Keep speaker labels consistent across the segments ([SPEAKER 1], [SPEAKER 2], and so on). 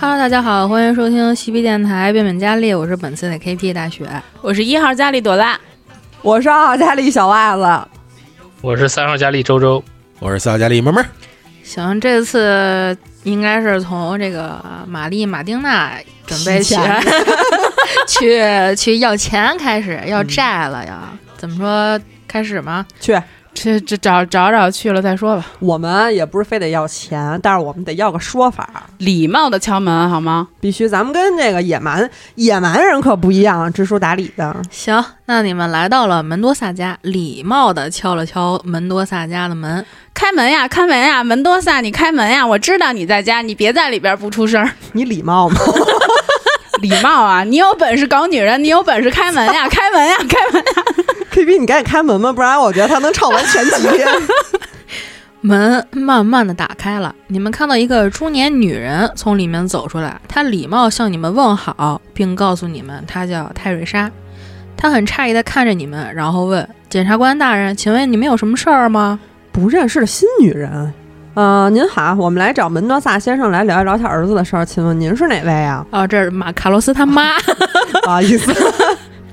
[SPEAKER 1] Hello，大家好，欢迎收听西皮电台变本加厉，我是本次的 KP 大雪。
[SPEAKER 2] 我是一号佳丽朵拉，
[SPEAKER 3] 我是二号佳丽小袜子，
[SPEAKER 4] 我是三号佳丽周周，
[SPEAKER 5] 我是撒娇丽慢慢，
[SPEAKER 1] 行，这次应该是从这个玛丽马丁娜准备
[SPEAKER 3] 提
[SPEAKER 1] 去去 去要钱开始，要债了呀？怎么说？开始吗？
[SPEAKER 3] 去，
[SPEAKER 2] 这这找找找去了再说吧，
[SPEAKER 3] 我们也不是非得要钱，但是我们得要个说法，
[SPEAKER 2] 礼貌的敲门好吗？
[SPEAKER 3] 必须咱们跟这个野蛮野蛮人可不一样，知书达理的。
[SPEAKER 1] 行，那你们来到了门多萨家，礼貌的敲了敲门多萨家的门。
[SPEAKER 2] 开门呀，开门呀，门多萨，你开门呀！我知道你在家，你别在里边不出声，
[SPEAKER 3] 你礼貌吗？
[SPEAKER 2] 礼貌啊！你有本事搞女人，你有本事开门 呀，开门呀，开门！
[SPEAKER 3] k B，你赶紧开门吧，不然我觉得他能唱完全集。
[SPEAKER 1] 门慢慢的打开了，你们看到一个中年女人从里面走出来，她礼貌向你们问好，并告诉你们她叫泰瑞莎。她很诧异的看着你们，然后问检察官大人：“请问你们有什么事儿吗
[SPEAKER 3] 不认识的新女人，呃，您好，我们来找门多萨先生来聊一聊他儿子的事儿，请问您是哪位 啊？”？
[SPEAKER 1] 啊，这是马卡洛斯他妈。
[SPEAKER 3] 不好意思。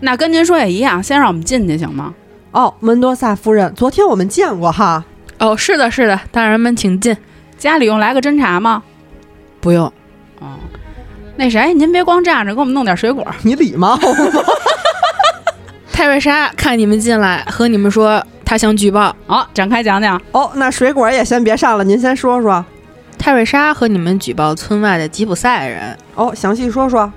[SPEAKER 2] 那跟您说也一样，先让我们进去行吗？
[SPEAKER 3] 哦，门多萨夫人，昨天我们见过哈。
[SPEAKER 1] 哦，是的，是的，大人们请进。
[SPEAKER 2] 家里用来个侦查吗？
[SPEAKER 1] 不用，
[SPEAKER 2] 哦，那谁，您别光站着，给我们弄点水果。
[SPEAKER 3] 你礼貌吗？
[SPEAKER 1] 泰瑞莎看你们进来，和你们说她想举报。
[SPEAKER 2] 哦，展开讲讲。
[SPEAKER 3] 哦，那水果也先别上了，您先说说。
[SPEAKER 1] 泰瑞莎和你们举报村外的吉普赛人。啊
[SPEAKER 3] 哦，详细说说。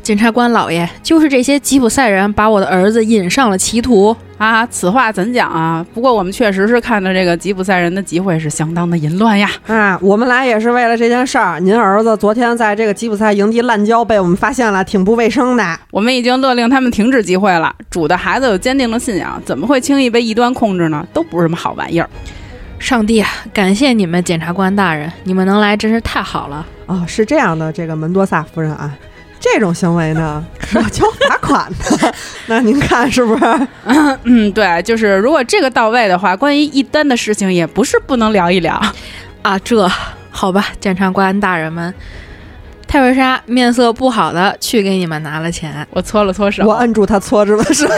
[SPEAKER 1] 检察官老爷，就是这些吉普赛人把我的儿子引上了歧途。
[SPEAKER 2] 啊，此话怎讲啊？不过我们确实是看着这个吉普赛人的集会是相当的淫乱呀。
[SPEAKER 3] 啊，我们来也是为了这件事儿。您儿子昨天在这个吉普赛营地滥交，被我们发现了，挺不卫生的。
[SPEAKER 2] 我们已经勒令他们停止集会了。主的孩子有坚定的信仰，怎么会轻易被异端控制呢？都不是什么好玩意儿。
[SPEAKER 1] 上帝啊，感谢你们检察官大人，你们能来真是太好了。
[SPEAKER 3] 哦，是这样的，这个门多萨夫人啊， 这种行为 呢是要交罚款的。 那您看是不是？
[SPEAKER 2] 嗯，对，就是如果这个到位的话，关于异端的事情也不是不能聊一聊。，
[SPEAKER 1] 啊，这好吧，检察官大人们，泰瑞莎面色不好的去给你们拿了钱
[SPEAKER 2] 我搓了搓手，
[SPEAKER 3] 我摁住他搓着了 是吧？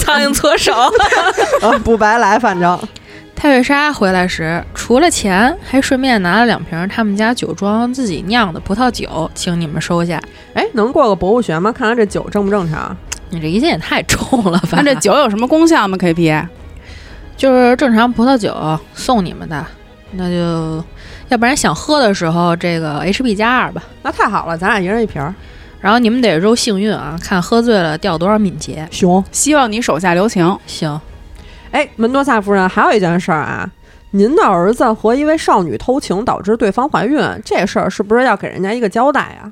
[SPEAKER 1] 苍蝇搓手。
[SPEAKER 3] 啊，不白来，反正
[SPEAKER 1] 泰瑞莎回来时，除了钱，还顺便拿了两瓶他们家酒庄自己酿的葡萄酒，请你们收下。
[SPEAKER 3] 哎，能过个博物学吗？看看这酒正不正常。
[SPEAKER 1] 你这一件也太重了 吧？
[SPEAKER 2] 那这酒有什么功效吗？KP，
[SPEAKER 1] 就是正常葡萄酒送你们的，那就要不然想喝的时候，这个 HB 加二吧。
[SPEAKER 3] 那太好了，咱俩一人一瓶儿。
[SPEAKER 1] 然后你们得揉幸运啊，看喝醉了掉多少敏捷。
[SPEAKER 3] 熊。
[SPEAKER 2] 希望你手下留情。
[SPEAKER 1] 行，
[SPEAKER 3] 哎，门多萨夫人，还有一件事儿啊，您的儿子和一位少女偷情，导致对方怀孕，这事儿是不是要给人家一个交代啊？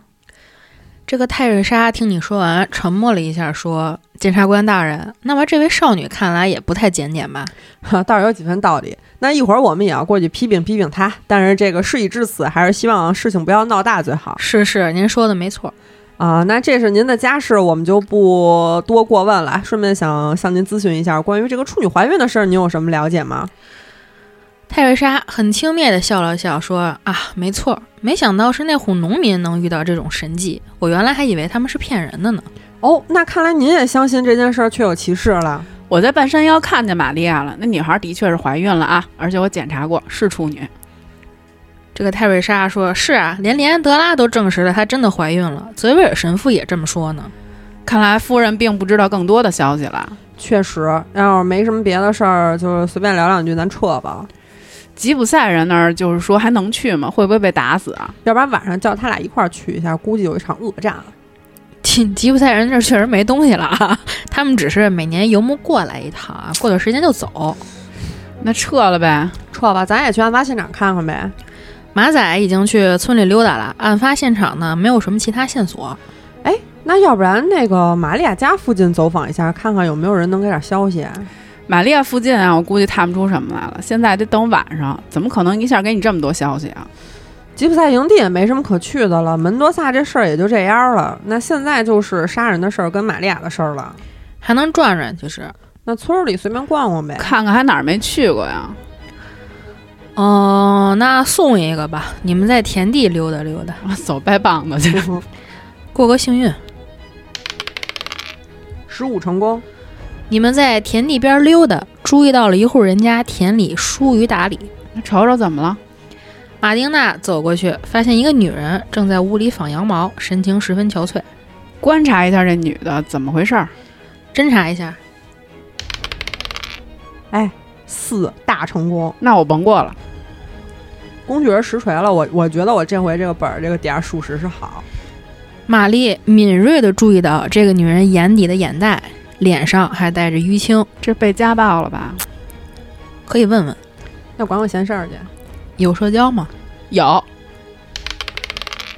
[SPEAKER 1] 这个泰瑞莎听你说完，沉默了一下，说：“检察官大人，那么这位少女看来也不太检点吧？
[SPEAKER 3] 哈， 倒是有几分道理。那一会儿我们也要过去批评批评他，但是这个事已至此，还是希望事情不要闹大最好
[SPEAKER 1] 是是，您说的没错。
[SPEAKER 3] 啊、那这是您的家事，我们就不多过问了。顺便想向您咨询一下，关于这个处女怀孕的事儿，您有什么了解吗？”
[SPEAKER 1] 泰瑞莎很轻蔑的笑了笑，说：“啊，没错，没想到是那户农民能遇到这种神迹，我原来还以为他们是骗人的呢。
[SPEAKER 3] 哦，那看来您也相信这件事儿确有其事了。
[SPEAKER 2] 我在半山腰看见玛利亚了，那女孩的确是怀孕了啊，而且我检查过是处女。”
[SPEAKER 1] 这个泰瑞莎说：“是啊，连连安德拉都证实了她真的怀孕了，泽维尔神父也这么说呢。
[SPEAKER 2] 看来夫人并不知道更多的消息了。
[SPEAKER 3] 确实，要是没什么别的事儿，就是随便聊两句，咱撤吧。
[SPEAKER 2] 吉普赛人那儿就是说还能去吗？会不会被打死啊？
[SPEAKER 3] 要不然晚上叫他俩一块儿去一下，估计有一场恶战。
[SPEAKER 1] 吉吉普赛人那儿确实没东西了啊，他们只是每年游牧过来一趟啊，过段时间就走。
[SPEAKER 2] 那撤了呗。
[SPEAKER 3] 撤吧，咱也去案发现场看看呗。
[SPEAKER 1] 马仔已经去村里溜达了，案发现场呢没有什么其他线索。
[SPEAKER 3] 那要不然那个玛利亚家附近走访一下，看看有没有人能给点消息。
[SPEAKER 2] 玛利亚附近啊，我估计探不出什么来了。现在得等晚上，怎么可能一下给你这么多消息啊？
[SPEAKER 3] 吉普赛营地也没什么可去的了，门多萨这事儿也就这样了。那现在就是杀人的事儿跟玛利亚的事儿了。
[SPEAKER 1] 还能转转，就是
[SPEAKER 3] 哎那村儿里随便逛逛呗。
[SPEAKER 2] 看看还哪儿没去过呀？
[SPEAKER 1] 哦，那送一个吧，你们在田地溜达溜达，
[SPEAKER 2] 我 走掰棒子去。
[SPEAKER 3] 嗯
[SPEAKER 1] 过个幸运。
[SPEAKER 3] 十五成功，
[SPEAKER 1] 你们在田地边溜达，注意到了一户人家田里疏于打理。
[SPEAKER 2] 瞅瞅怎么了？
[SPEAKER 1] 马丁娜走过去，发现一个女人正在屋里纺羊毛，神情十分憔悴。
[SPEAKER 2] 观察一下这女的怎么回事儿？
[SPEAKER 1] 侦查一下，
[SPEAKER 3] 四大成功。
[SPEAKER 2] 那我甭过了。
[SPEAKER 3] 公爵实锤了，我我觉得我这回这个本儿这个点儿属实是好。
[SPEAKER 1] 玛丽敏锐地注意到这个女人眼底的眼袋，脸上还带着淤青，
[SPEAKER 2] 这被家暴了吧？
[SPEAKER 1] 可以问问
[SPEAKER 3] 要管我闲事儿去，
[SPEAKER 1] 有社交吗？
[SPEAKER 2] 有。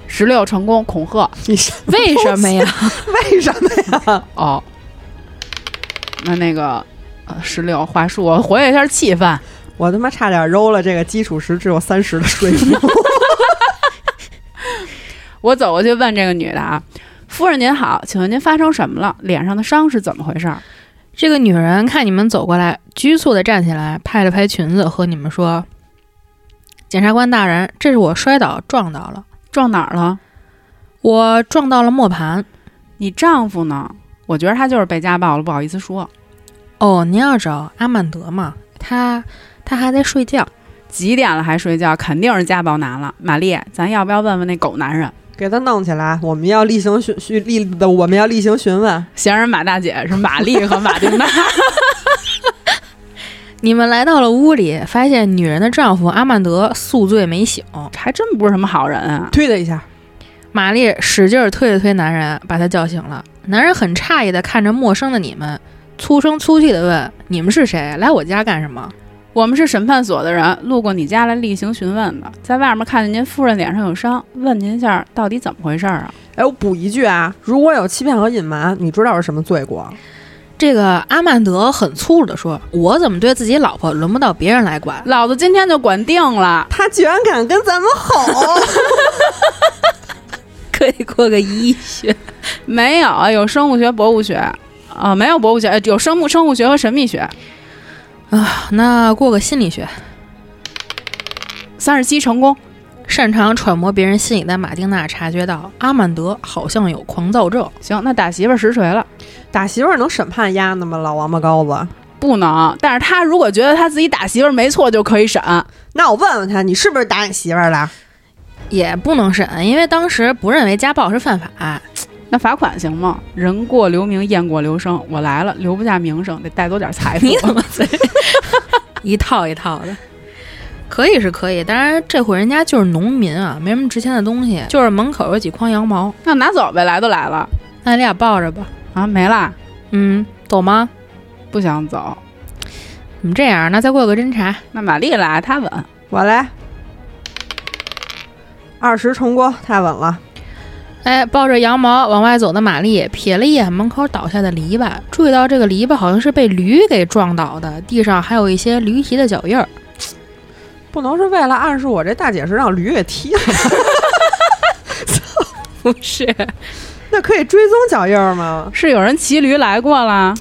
[SPEAKER 2] 十六成功恐吓
[SPEAKER 3] 你是
[SPEAKER 1] 为什 么呀？
[SPEAKER 3] 为什么呀？
[SPEAKER 2] 哦，那那个呃十六话术，我活跃一下气氛。
[SPEAKER 3] 我他妈差点揉了这个基础值只有三十的税 负。
[SPEAKER 2] 我走过去问这个女的啊，夫人您好，请问您发生什么了？脸上的伤是怎么回事儿？
[SPEAKER 1] 这个女人看你们走过来，局促地站起来，拍了拍裙子，和你们说：“检察官大人，这是我摔倒撞到了，
[SPEAKER 2] 撞哪儿了？
[SPEAKER 1] 我撞到了磨盘。
[SPEAKER 2] 你丈夫呢？我觉得他就是被家暴了，不好意思说。
[SPEAKER 1] 哦，您要找阿曼德吗？他他还在睡觉。
[SPEAKER 2] 几点了还睡觉，肯定是家暴男了。玛丽，咱要不要问问那狗男人？
[SPEAKER 3] 给他弄起来，我们要例行询询例的，我们要例行询问。
[SPEAKER 2] 闲人马大姐是玛丽和马丁娜。
[SPEAKER 1] 你们来到了屋里，发现女人的丈夫阿曼德宿醉没醒。
[SPEAKER 2] 还真不是什么好人啊！
[SPEAKER 3] 推他一下，
[SPEAKER 1] 玛丽使劲儿推了推男人，把他叫醒了。男人很诧异地看着陌生的你们，粗声粗气地问：“你们是谁？来我家干什么
[SPEAKER 2] 我们是审判所的人，路过你家来例行询问的，在外面看见您夫人脸上有伤，问您一下到底怎么回事儿啊？
[SPEAKER 3] 哎，我补一句啊，如果有欺骗和隐瞒，你知道是什么罪过？？”
[SPEAKER 1] 这个阿曼德很粗鲁地说：“我怎么对自己老婆，轮不到别人来管。
[SPEAKER 2] 老子今天就管定了。
[SPEAKER 3] 他居然敢跟咱们吼！
[SPEAKER 1] 可以过个医学。
[SPEAKER 2] 没有，啊有生物学、博物学，啊、没有博物学，呃有生物生物学和神秘学。
[SPEAKER 1] 啊那过个心理学。
[SPEAKER 2] 三十七成功，
[SPEAKER 1] 擅长揣摩别人心理的马丁娜察觉到阿曼德好像有狂躁症。
[SPEAKER 2] 行，那打媳妇儿实锤了，
[SPEAKER 3] 打媳妇儿能审判丫的吗？老王八羔子！
[SPEAKER 2] 不能。但是他如果觉得他自己打媳妇儿没错，就可以审。
[SPEAKER 3] 那我问问他，你是不是打你媳妇儿了？
[SPEAKER 1] 也不能审，因为当时不认为家暴是犯法。
[SPEAKER 2] 那罚款行吗？人过留名，雁过留声。我来了，留不下名声，得带走点财富。
[SPEAKER 1] 你怎么嘴一套一套的？可以是可以，当然这户人家就是农民啊，没什么值钱的东西， 就是门口有几筐羊毛，
[SPEAKER 2] 那拿走呗，来都来了
[SPEAKER 1] 那你俩抱着吧。
[SPEAKER 2] 啊，没啦，
[SPEAKER 1] 嗯，走吗？
[SPEAKER 2] 不想走。
[SPEAKER 1] 你们这样，那再过个侦查。
[SPEAKER 2] 那玛丽来，她稳。
[SPEAKER 3] 我来，二十成功，太稳了。
[SPEAKER 1] 哎，抱着羊毛往外走的玛丽瞥了一眼门口倒下的篱笆，注意到这个篱笆好像是被驴给撞倒的，地上还有一些驴蹄的脚印儿。
[SPEAKER 3] 不能是为了暗示我这大姐是让驴给踢了，
[SPEAKER 1] 不是，
[SPEAKER 3] 那可以追踪脚印儿吗？
[SPEAKER 2] 是有人骑驴来过啦？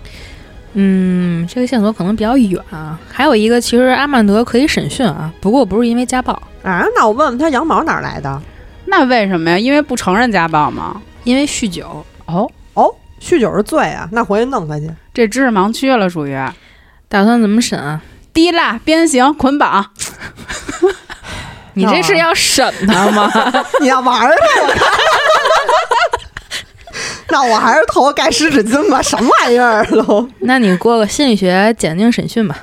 [SPEAKER 1] 嗯，这个线索可能比较远啊。还有一个，其实阿曼德可以审讯啊，不过不是因为家暴，
[SPEAKER 3] 啊，那我问问他羊毛哪儿来的？
[SPEAKER 2] 那为什么呀？因为不承认家暴吗？
[SPEAKER 1] 因为酗酒。
[SPEAKER 2] 哦，
[SPEAKER 3] 哦，酗酒是罪啊，那回去弄他去。
[SPEAKER 2] 这知识盲区了，属于
[SPEAKER 1] 打算怎么审啊？
[SPEAKER 2] 滴蜡、鞭刑、捆绑。
[SPEAKER 1] 你这是要审他吗？
[SPEAKER 3] 你要玩儿他？我看那我还是投盖湿纸巾吧，什么玩意儿都
[SPEAKER 1] 那你过个心理学鉴定审讯吧。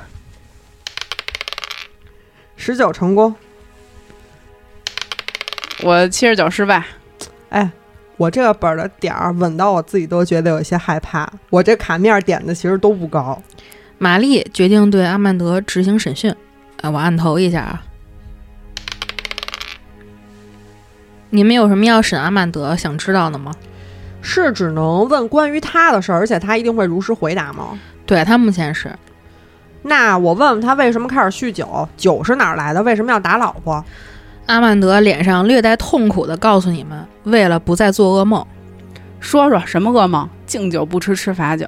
[SPEAKER 3] 十九成功。
[SPEAKER 2] 我七十九失败，
[SPEAKER 3] 哎，我这个本儿的点儿稳到我自己都觉得有些害怕。我这卡面儿点的其实都不高，
[SPEAKER 1] 玛丽决定对阿曼德执行审讯。啊，我按头一下啊。你们有什么要审阿曼德想知道的吗？
[SPEAKER 3] 是只能问关于他的事儿，而且他一定会如实回答吗？
[SPEAKER 1] 对他目前是
[SPEAKER 3] 那我问问他为什么开始酗酒，酒是哪儿来的？为什么要打老婆？
[SPEAKER 1] 阿曼德脸上略带痛苦的告诉你们，为了不再做噩梦。
[SPEAKER 2] 说说什么噩梦？敬酒不吃吃罚酒，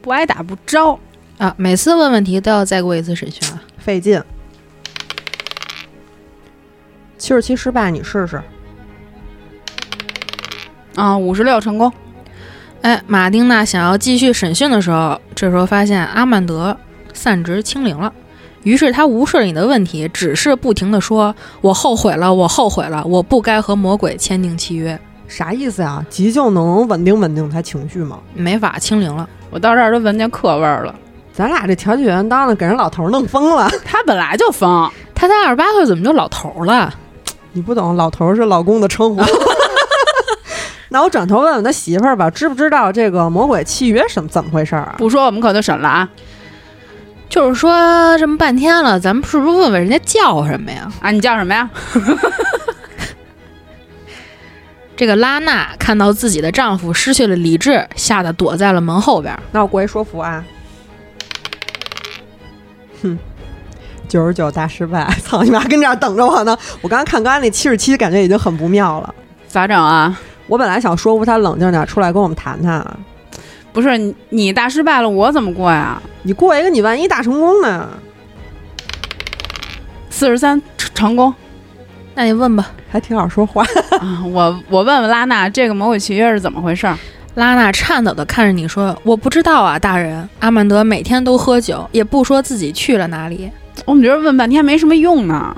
[SPEAKER 2] 不挨打不招。
[SPEAKER 1] 啊，每次问问题都要再过一次审讯啊。
[SPEAKER 3] 费劲。七十七失败，你试试。
[SPEAKER 2] 啊，五十六成功。
[SPEAKER 1] 哎，马丁娜想要继续审讯的时候，这时候发现阿曼德散值清零了，于是他无视了你的问题，只是不停的说：“我后悔了，我后悔了，我不该和魔鬼签订契约。
[SPEAKER 3] 啥意思呀？急就能稳定稳定他情绪吗？”
[SPEAKER 1] 没法清零了，
[SPEAKER 2] 我到这儿都闻见客味儿了。
[SPEAKER 3] 咱俩这调解员当的给人老头儿弄疯了，
[SPEAKER 2] 他本来就疯，
[SPEAKER 1] 他才二十八岁，怎么就老头儿了？
[SPEAKER 3] 你不懂，老头儿是老公的称呼。 那我转头问问他媳妇儿吧，知不知道这个魔鬼契约什么怎么回事儿啊？
[SPEAKER 2] 不说我们可就审了啊！
[SPEAKER 1] 就是说这么半天了，咱们是不是问问人家叫什么呀？
[SPEAKER 2] 啊，你叫什么呀？
[SPEAKER 1] 这个拉娜看到自己的丈夫失去了理智，吓得躲在了门后边儿。
[SPEAKER 3] 那我过去说服啊。哼，九十九大失败， 操你妈，跟这儿等着我呢！我刚才看刚才那七十七，感觉已经很不妙了。
[SPEAKER 2] 咋整啊？
[SPEAKER 3] 我本来想说服他冷静点，出来跟我们谈谈啊。
[SPEAKER 2] 不是你你大失败了，我怎么过呀？
[SPEAKER 3] 你过一个，你万一大成功呢？
[SPEAKER 2] 四十三成功
[SPEAKER 1] 那你问吧。
[SPEAKER 3] 还挺好说话。
[SPEAKER 2] 啊！我我问问拉娜，这个魔鬼契约是怎么回事儿？
[SPEAKER 1] 拉娜颤抖的看着你说：“我不知道啊，大人。”阿曼德每天都喝酒，也不说自己去了哪里。
[SPEAKER 2] 我们觉得问半天没什么用呢。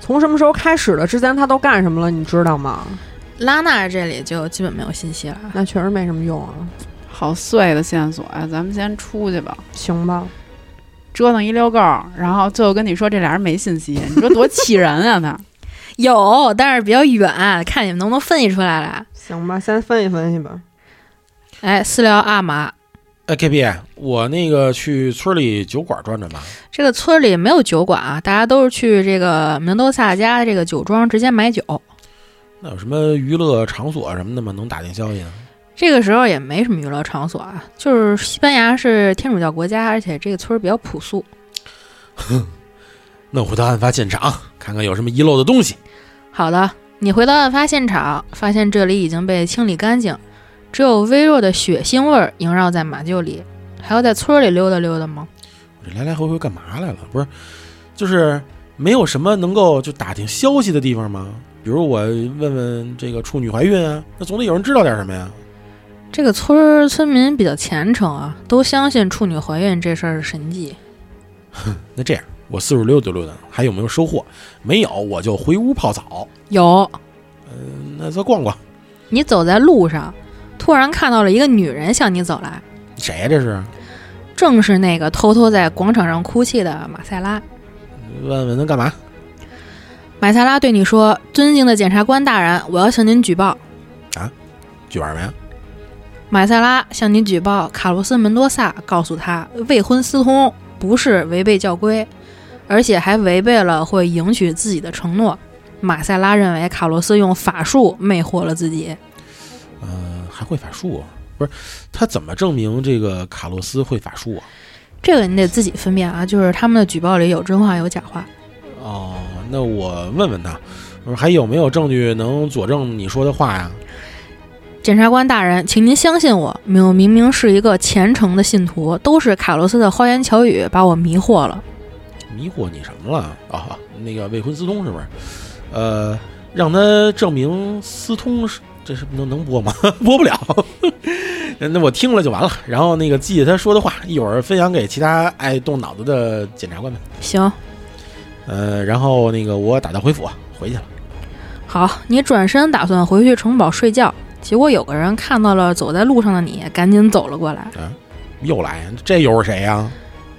[SPEAKER 3] 从什么时候开始的？之前他都干什么了？你知道吗？
[SPEAKER 1] 拉娜这里就基本没有信息了。
[SPEAKER 3] 那确实没什么用啊。
[SPEAKER 2] 好碎的线索呀、咱们先出去吧，
[SPEAKER 3] 行吧，
[SPEAKER 2] 折腾一溜够，然后最后跟你说这俩人没信息，你说多气人啊！他
[SPEAKER 1] 有，但是比较远，看你们能不能分析出来来。
[SPEAKER 3] 行吧，先分析分析吧。
[SPEAKER 1] 哎，私聊阿玛，
[SPEAKER 5] 哎，K B，我那个去村里酒馆转转吧。
[SPEAKER 1] 这个村里没有酒馆啊，大家都是去这个门多萨家的这个酒庄直接买酒。
[SPEAKER 5] 那有什么娱乐场所什么的吗？能打听消息呢？
[SPEAKER 1] 这个时候也没什么娱乐场所啊，就是西班牙是天主教国家，而且这个村儿比较朴素。
[SPEAKER 5] 那我回到案发现场，看看有什么遗漏的东西。
[SPEAKER 1] 好的，你回到案发现场，发现这里已经被清理干净，只有微弱的血腥味儿萦绕在马厩里。还要在村儿里溜达溜达吗？
[SPEAKER 5] 我这来来回回干嘛来了？不是，就是没有什么能够就打听消息的地方吗？比如我问问这个处女怀孕啊，那总得有人知道点什么呀？
[SPEAKER 1] 这个村儿村民比较虔诚啊，都相信处女怀孕这事儿是神迹。
[SPEAKER 5] 那这样，我四处溜达溜达，还有没有收获？没有，我就回屋泡澡。呃
[SPEAKER 1] 有，
[SPEAKER 5] 那再逛逛，
[SPEAKER 1] 你走在路上，突然看到了一个女人向你走来，
[SPEAKER 5] 谁呀、这是？
[SPEAKER 1] 正是那个偷偷在广场上哭泣的马塞拉。
[SPEAKER 5] 问问他干嘛？
[SPEAKER 1] 马塞拉对你说：“尊敬的检察官大人，我要向您举报。
[SPEAKER 5] 去玩什么呀？”
[SPEAKER 1] 马塞拉向你举报卡洛斯·门多萨，告诉他未婚私通不是违背教规，而且还违背了会迎娶自己的承诺。马塞拉认为卡洛斯用法术魅惑了自己。
[SPEAKER 5] 嗯，还会法术、啊？不是，他怎么证明这个卡洛斯会法术啊？
[SPEAKER 1] 这个你得自己分辨啊，就是他们的举报里有真话有假话。
[SPEAKER 5] 哦，那我问问他，我说还有没有证据能佐证你说的话呀？
[SPEAKER 1] 检察官大人，请您相信我，我明明是一个虔诚的信徒，都是卡洛斯的花言巧语把我迷惑了。
[SPEAKER 5] 迷惑你什么了？啊、那个未婚私通是不是？呃，让他证明私通是，这是能能播吗？ 播不了。那我听了就完了，然后那个记下他说的话，一会儿分享给其他爱动脑子的检察官们。
[SPEAKER 1] 行，
[SPEAKER 5] 呃，然后那个我打道回府啊回去了。
[SPEAKER 1] 好，你转身打算回去城堡睡觉，结果有个人看到了走在路上的你，赶紧走了过来。
[SPEAKER 5] 又来，这又是谁啊呀、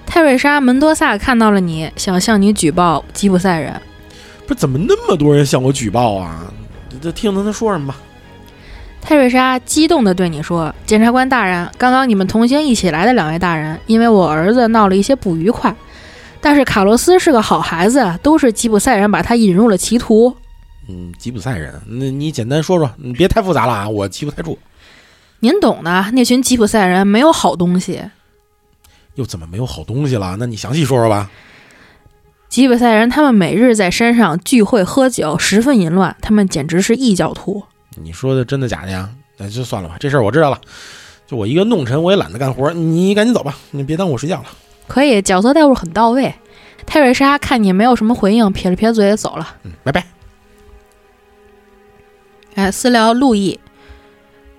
[SPEAKER 1] 泰瑞莎·门多萨看到了你，想向你举报吉普赛人。
[SPEAKER 5] 不是怎么那么多人向我举报啊？这这听听他说什么吧。
[SPEAKER 1] 泰瑞莎激动地对你说：“检察官大人，刚刚你们同行一起来的两位大人，因为我儿子闹了一些不愉快，但是卡洛斯是个好孩子，啊都是吉普赛人把他引入了歧途。
[SPEAKER 5] 嗯，吉普赛人，那你简单说说，你别太复杂了啊，我记不太住。
[SPEAKER 1] 您懂的，那群吉普赛人没有好东西。
[SPEAKER 5] 又怎么没有好东西了？那你详细说说吧。
[SPEAKER 1] 吉普赛人他们每日在山上聚会喝酒，十分淫乱，他们简直是异教徒。
[SPEAKER 5] 你说的真的假的呀？那就算了吧，这事儿我知道了。就我一个弄臣，我也懒得干活，你赶紧走吧，你别耽误我睡觉了。
[SPEAKER 1] 可以，角色代入很到位。泰瑞莎看你没有什么回应，撇了撇嘴走了。
[SPEAKER 5] 嗯，拜拜。
[SPEAKER 1] 哎，私聊路易，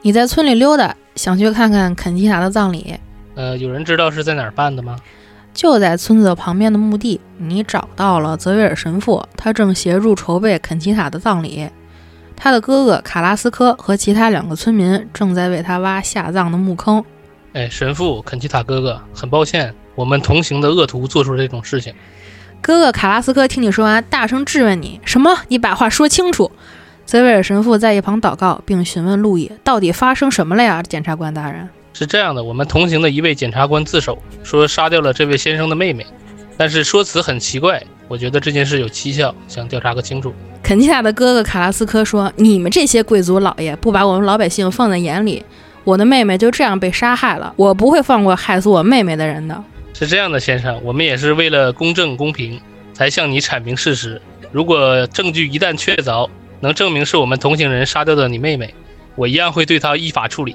[SPEAKER 1] 你在村里溜达，想去看看肯基塔的葬礼，
[SPEAKER 4] 呃，有人知道是在哪儿办的吗？
[SPEAKER 1] 就在村子旁边的墓地，你找到了泽维尔神父，他正协助筹备肯奇塔的葬礼。他的哥哥卡拉斯科和其他两个村民正在为他挖下葬的墓坑。
[SPEAKER 4] 哎，神父肯奇塔哥哥，很抱歉，我们同行的恶徒做出了这种事情。
[SPEAKER 1] 哥哥卡拉斯科听你说完，大声质问你：“什么？你把话说清楚！”泽维尔神父在一旁祷告，并询问路易：“到底发生什么了呀，检察官大人
[SPEAKER 4] 是这样的，我们同行的一位检察官自首，说杀掉了这位先生的妹妹，但是说辞很奇怪，我觉得这件事有蹊跷，想调查个清楚。？”
[SPEAKER 1] 肯基塔的哥哥卡拉斯科说：“你们这些贵族老爷不把我们老百姓放在眼里，我的妹妹就这样被杀害了，我不会放过害死我妹妹的人的。”
[SPEAKER 4] 是这样的，先生，我们也是为了公正公平，才向你阐明事实。如果证据一旦确凿，能证明是我们同行人杀掉的你妹妹，我一样会对她依法处理。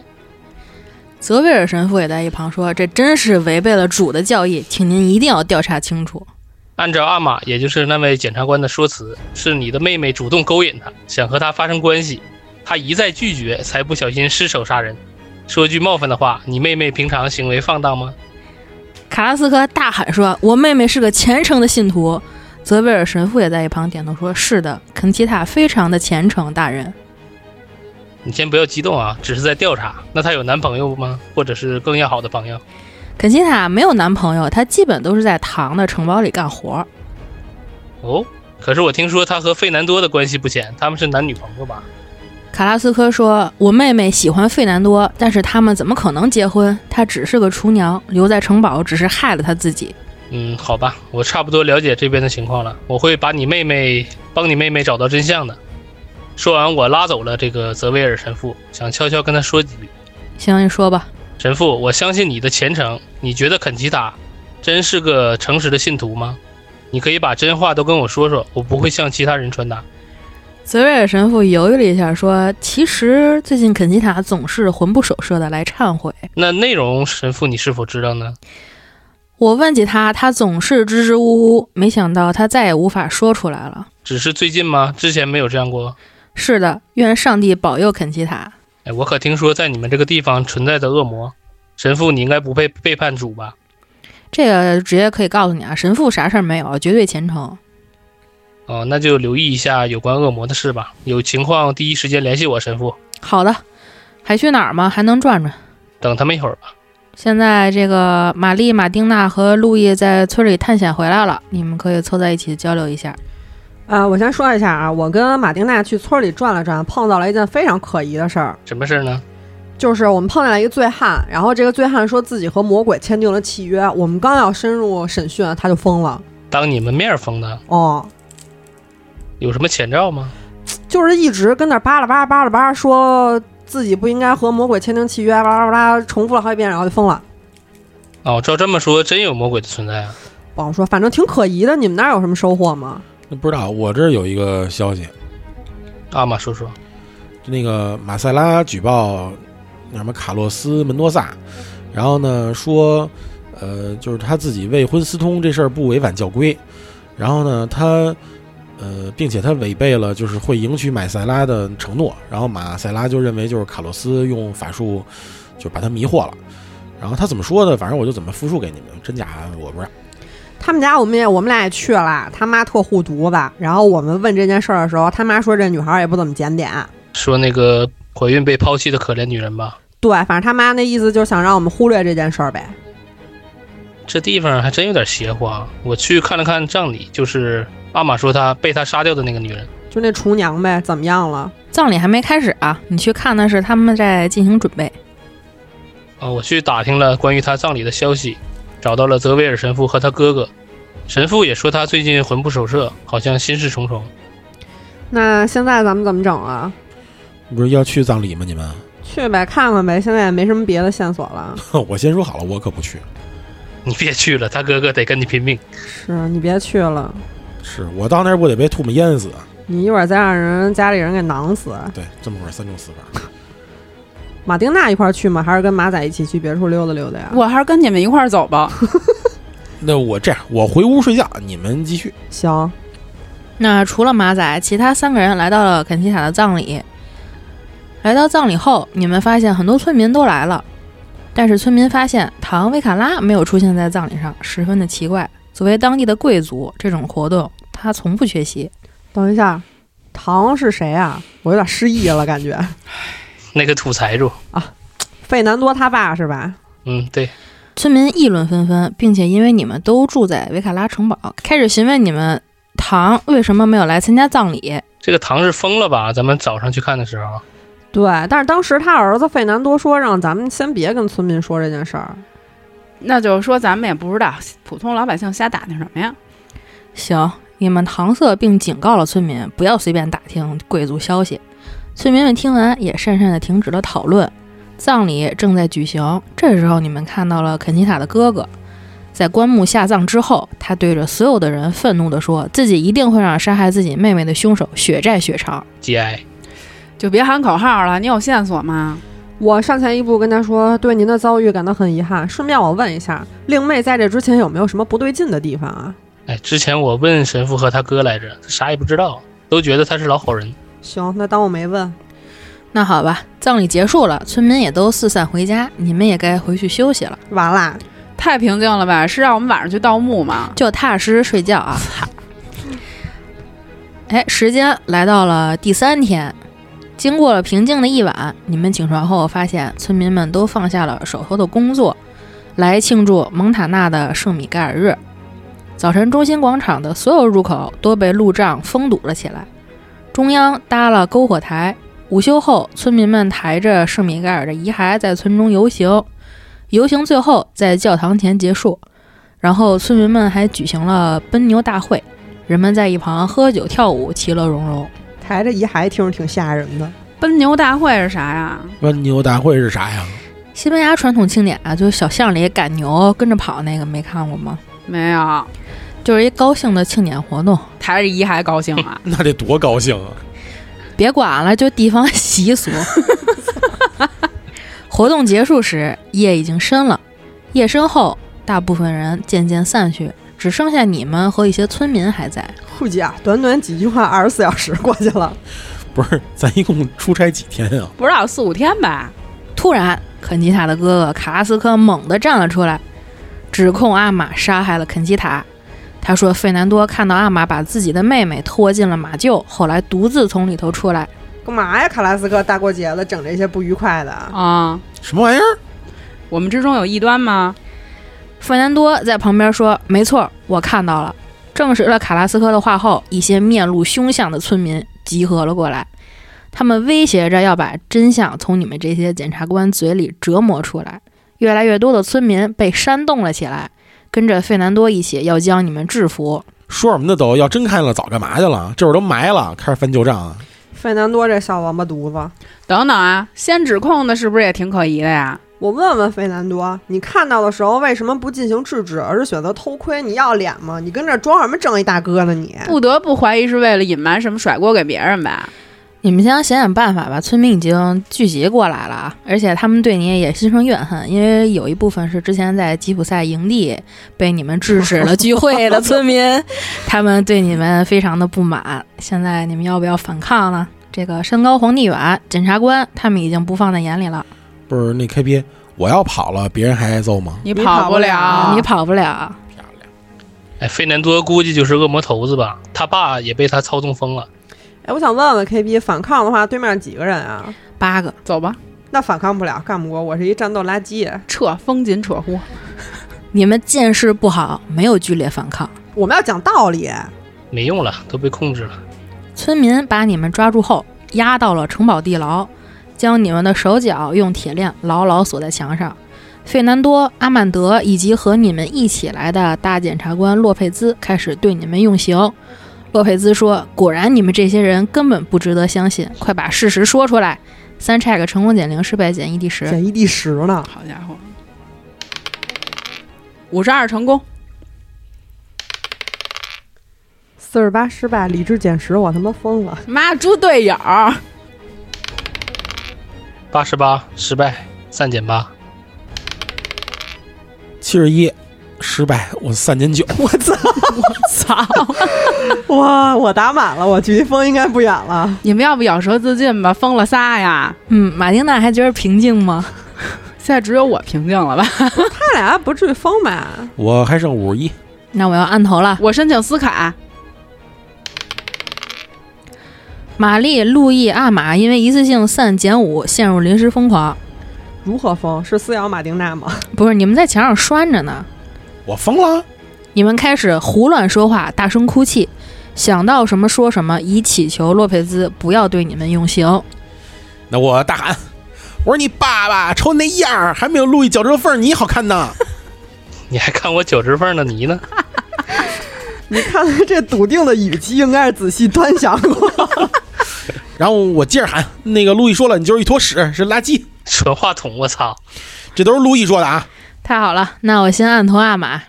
[SPEAKER 1] 泽维尔神父也在一旁说：“这真是违背了主的教义，请您一定要调查清楚。
[SPEAKER 4] 按照阿玛，也就是那位检察官的说辞，是你的妹妹主动勾引他，想和他发生关系，他一再拒绝，才不小心失手杀人。说句冒犯的话，你妹妹平常行为放荡吗？”
[SPEAKER 1] 卡拉斯科大喊说：“我妹妹是个虔诚的信徒。”泽维尔神父也在一旁点头说：“是的，肯奇塔非常的虔诚，大人。
[SPEAKER 4] 你先不要激动啊，只是在调查。那她有男朋友吗？或者是更要好的朋友？
[SPEAKER 1] 肯奇塔没有男朋友，她基本都是在堂的城堡里干活。
[SPEAKER 4] 哦，可是我听说她和费南多的关系不浅，他们是男女朋友吧？”
[SPEAKER 1] 卡拉斯科说：“我妹妹喜欢费南多，但是他们怎么可能结婚？她只是个厨娘，留在城堡只是害了她自己。”
[SPEAKER 4] 嗯，好吧，我差不多了解这边的情况了，我会把你妹妹帮你妹妹找到真相的。说完，我拉走了这个泽维尔神父，想悄悄跟他说几句。
[SPEAKER 1] 行，你说吧。
[SPEAKER 4] 神父，我相信你的虔诚。你觉得肯吉塔真是个诚实的信徒吗？你可以把真话都跟我说说，我不会向其他人传达。
[SPEAKER 1] 泽瑞尔神父犹豫了一下，说：“其实最近肯基塔总是魂不守舍的来忏悔。
[SPEAKER 4] 那内容，神父你是否知道呢？
[SPEAKER 1] 我问起他，他总是支支吾吾，没想到他再也无法说出来了。
[SPEAKER 4] 只是最近吗？之前没有这样过。
[SPEAKER 1] 是的，愿上帝保佑肯基塔。
[SPEAKER 4] 哎，我可听说在你们这个地方存在着恶魔。神父，你应该不配背叛主吧？
[SPEAKER 1] 这个直接可以告诉你啊，神父啥事儿没有，绝对虔诚。
[SPEAKER 4] 哦，那就留意一下有关恶魔的事吧。有情况第一时间联系我，神父。
[SPEAKER 1] 好的，还去哪儿吗？还能转转。
[SPEAKER 4] 等他们一会儿吧。
[SPEAKER 1] 现在这个玛丽、马丁娜和路易在村里探险回来了，你们可以凑在一起交流一下。
[SPEAKER 3] 啊，我先说一下啊，我跟马丁娜去村里转了转，碰到了一件非常可疑的事儿，
[SPEAKER 4] 什么事呢？
[SPEAKER 3] 就是我们碰见了一个醉汉，然后这个醉汉说自己和魔鬼签订了契约，我们刚要深入审讯，啊他就疯了。
[SPEAKER 4] 当你们面儿封的，
[SPEAKER 3] 哦，
[SPEAKER 4] 有什么前兆吗？
[SPEAKER 3] 就是一直跟那儿巴拉巴拉巴拉巴拉说自己不应该和魔鬼签订契约，巴拉巴拉重复了好几遍，然后就疯了。
[SPEAKER 4] 哦，照这么说，真有魔鬼的存在啊！
[SPEAKER 3] 不好说，反正挺可疑的。你们那儿有什么收获吗？
[SPEAKER 5] 那不知道，我这儿有一个消息，
[SPEAKER 4] 阿玛说说，
[SPEAKER 5] 那个马塞拉举报那什么卡洛斯·门多萨，然后呢说，呃，就是他自己未婚私通这事儿不违反教规，然后呢他。呃，并且他违背了就是会迎娶马塞拉的承诺，然后马塞拉就认为就是卡洛斯用法术就把他迷惑了，然后他怎么说的，反正我就怎么复述给你们，真假我不知道。
[SPEAKER 3] 他们家我们也我们俩也去了，他妈特护犊子。然后我们问这件事儿的时候，他妈说这女孩儿也不怎么检点。
[SPEAKER 4] 说那个怀孕被抛弃的可怜女人吧，
[SPEAKER 3] 对，反正他妈那意思就是想让我们忽略这件事儿呗。
[SPEAKER 4] 这地方还真有点邪乎啊！我去看了看葬礼，就是阿玛说她被他杀掉的那个女人。
[SPEAKER 3] 就那厨娘呗，怎么样了？
[SPEAKER 1] 葬礼还没开始啊，你去看的是他们在进行准备。
[SPEAKER 4] 啊，我去打听了关于他葬礼的消息，找到了泽维尔神父和他哥哥。神父也说他最近魂不守舍，好像心事重重。
[SPEAKER 3] 那现在咱们怎么整啊？
[SPEAKER 5] 不是要去葬礼吗？你们？
[SPEAKER 3] 去呗，看看呗，现在也没什么别的线索了。
[SPEAKER 5] 我先说好了，我可不去。
[SPEAKER 4] 你别去了，他哥哥得跟你拼命。
[SPEAKER 3] 是你别去了，
[SPEAKER 5] 是我到那儿不得被吐沫淹死？
[SPEAKER 3] 你一会儿再让人家里人给囊死。
[SPEAKER 5] 对，这么会儿三种死法。
[SPEAKER 3] 马丁娜一块儿去吗？还是跟马仔一起去别处溜达溜达呀？
[SPEAKER 2] 我还是跟你们一块儿走吧。
[SPEAKER 5] 那我这样，我回屋睡觉，你们继续。
[SPEAKER 3] 行，
[SPEAKER 1] 那除了马仔，其他三个人来到了肯奇塔的葬礼。来到葬礼后，你们发现很多村民都来了，但是村民发现唐维卡拉没有出现在葬礼上，十分的奇怪。作为当地的贵族，这种活动他从不缺席。
[SPEAKER 3] 等一下，唐是谁啊？我有点失忆了，感觉
[SPEAKER 4] 那个土财主，
[SPEAKER 3] 费南多他爸是吧？
[SPEAKER 4] 嗯，对，
[SPEAKER 1] 村民议论纷纷，并且因为你们都住在维卡拉城堡，开始询问你们唐为什么没有来参加葬礼。
[SPEAKER 4] 这个唐是疯了吧？咱们早上去看的时候，
[SPEAKER 3] 对，但是当时他儿子费南多说让咱们先别跟村民说这件事儿。
[SPEAKER 2] 那就是说咱们也不知道，普通老百姓瞎打听什么呀？
[SPEAKER 1] 行，你们搪塞并警告了村民不要随便打听贵族消息。村民们听完也讪讪地停止了讨论。葬礼正在举行，这时候你们看到了肯尼塔的哥哥，在棺木下葬之后，他对着所有的人愤怒地说：“自己一定会让杀害自己妹妹的凶手血债血偿。
[SPEAKER 4] 节哀。
[SPEAKER 2] 就别喊口号了，你有线索吗？
[SPEAKER 3] 我上前一步跟他说：“对您的遭遇感到很遗憾，顺便我问一下，令妹在这之前有没有什么不对劲的地方啊
[SPEAKER 4] 哎，之前我问神父和他哥来着，他啥也不知道，都觉得他是老好人。？”
[SPEAKER 3] 行，那当我没问。”
[SPEAKER 1] 那好吧，葬礼结束了，村民也都四散回家，你们也该回去休息了，
[SPEAKER 3] 完啦，
[SPEAKER 2] 太平静了吧？是让我们晚上去盗墓吗？
[SPEAKER 1] 就踏踏实实睡觉啊。哎，时间来到了第三天，经过了平静的一晚，你们起床后发现村民们都放下了手头的工作，来庆祝蒙塔纳的圣米盖尔日。早晨，中心广场的所有入口都被路障封堵了起来，中央搭了篝火台。午休后，村民们抬着圣米盖尔的遗骸在村中游行，游行最后在教堂前结束。然后，村民们还举行了奔牛大会，人们在一旁喝酒跳舞，其乐融融。
[SPEAKER 3] 抬着遗骸听着挺吓人的。
[SPEAKER 2] 奔牛大会是啥呀？
[SPEAKER 5] 温牛大会是啥呀？！
[SPEAKER 1] 西班牙传统庆典啊，就是小巷里赶牛跟着跑那个，没看过吗？
[SPEAKER 2] 没有，
[SPEAKER 1] 就是一高兴的庆典活动，
[SPEAKER 2] 抬着遗骸高兴 啊
[SPEAKER 5] 那得多高兴啊！
[SPEAKER 1] 别管了，就地方习俗。 活动结束时，夜已经深了。夜深后，大部分人渐渐散去，只剩下你们和一些村民还在。
[SPEAKER 3] 酷姐，啊短短几句话，二十四小时过去了。
[SPEAKER 5] 不是，咱一共出差几天啊？
[SPEAKER 2] 不知道四五天吧？
[SPEAKER 1] 突然，啊肯基塔的哥哥卡拉斯科猛地站了出来，指控阿玛杀害了肯基塔。他说，费南多看到阿玛把自己的妹妹拖进了马厩，后来独自从里头出来。
[SPEAKER 3] 干嘛呀，卡拉斯克？大过节的整这些不愉快的啊！
[SPEAKER 2] 啊、
[SPEAKER 5] 什么玩意儿？
[SPEAKER 2] 我们之中有异端吗？
[SPEAKER 1] 费南多在旁边说：“没错，我看到了。”证实了卡拉斯科的话后，一些面露凶相的村民集合了过来，他们威胁着要把真相从你们这些检察官嘴里折磨出来。越来越多的村民被煽动了起来，跟着费南多一起要将你们制服。
[SPEAKER 5] 说什么呢都？要真看了早干嘛去了？这会儿都埋了，开始翻旧账啊！
[SPEAKER 3] 费南多这小王八犊子，
[SPEAKER 2] 等等啊，先指控的是不是也挺可疑的呀？
[SPEAKER 3] 我问问费南多，你看到的时候为什么不进行制止，而是选择偷窥？你要脸吗？你跟这装什么正义大哥呢你？
[SPEAKER 2] 不得不怀疑是为了隐瞒什么，甩锅给别人吧？
[SPEAKER 1] 你们先想想办法吧，村民已经聚集过来了啊，而且他们对你也心生怨恨，因为有一部分是之前在吉普赛营地被你们制止了聚会的村民，他们对你们非常的不满。现在你们要不要反抗呢？这个山高皇帝远，检察官他们已经不放在眼里了，
[SPEAKER 5] 不是那 K B，我要跑了，别人还挨揍吗？
[SPEAKER 2] 你
[SPEAKER 3] 你
[SPEAKER 2] 跑
[SPEAKER 3] 跑
[SPEAKER 2] 不
[SPEAKER 3] 不了啊
[SPEAKER 1] 你跑不了。
[SPEAKER 5] 漂亮！
[SPEAKER 4] 哎，费南多估计就是恶魔头子吧？他爸也被他操纵疯了。
[SPEAKER 3] 哎，我想问问 KB，反抗的话，对面几个人啊？
[SPEAKER 1] 八个，
[SPEAKER 2] 走吧，
[SPEAKER 3] 那反抗不了，干不过，我是一战斗垃圾。
[SPEAKER 2] 撤，风紧扯呼。
[SPEAKER 1] 你们见识不好，没有剧烈反抗。
[SPEAKER 3] 我们要讲道理，
[SPEAKER 4] 没用了，都被控制了。
[SPEAKER 1] 村民把你们抓住后，押到了城堡地牢，将你们的手脚用铁链牢牢锁在墙上。费南多、阿曼德以及和你们一起来的大检察官洛佩兹开始对你们用刑。洛佩兹说：“果然，你们这些人根本不值得相信，快把事实说出来。”三 check 成功减零，失败减一，第十。
[SPEAKER 3] 减一第十呢。
[SPEAKER 2] 好家伙，五十二成功，
[SPEAKER 3] 四十八失败，理智减十，我他妈疯了！
[SPEAKER 2] 妈猪队友，
[SPEAKER 4] 八十八失败，三减八。
[SPEAKER 5] 七十一，失败，我三年九。
[SPEAKER 3] 我操！
[SPEAKER 2] 操！
[SPEAKER 3] 哇，我打满了，我距离风应该不远了。
[SPEAKER 2] 你们要不咬舌自尽吧？封了仨呀！
[SPEAKER 1] 嗯，马丁娜还觉得平静吗？
[SPEAKER 2] 现在只有我平静了吧？
[SPEAKER 3] 他俩不至于疯吧？
[SPEAKER 5] 我还剩五十一，
[SPEAKER 1] 那我要按头了。
[SPEAKER 2] 我申请撕卡，
[SPEAKER 1] 玛丽、路易、阿玛因为一次性散减五陷入临时疯狂。
[SPEAKER 3] 如何疯？是撕咬马丁娜吗？
[SPEAKER 1] 不是，你们在墙上拴着呢。
[SPEAKER 5] 我疯了。
[SPEAKER 1] 你们开始胡乱说话，大声哭泣，想到什么说什么，以祈求洛佩兹不要对你们用刑。
[SPEAKER 5] 那我大喊：“我说你爸爸瞅你那样儿，还没有路易脚趾缝儿你好看呢。
[SPEAKER 4] 你还看我脚趾缝的泥呢？
[SPEAKER 3] 你看这笃定的语气，应该是仔细端详过。”
[SPEAKER 5] 然后我接着喊：“那个路易说了，你就是一坨屎，是垃圾。
[SPEAKER 4] 传话筒，我操！”
[SPEAKER 5] 这都是路易说的啊。
[SPEAKER 1] 太好了，那我先按头阿玛。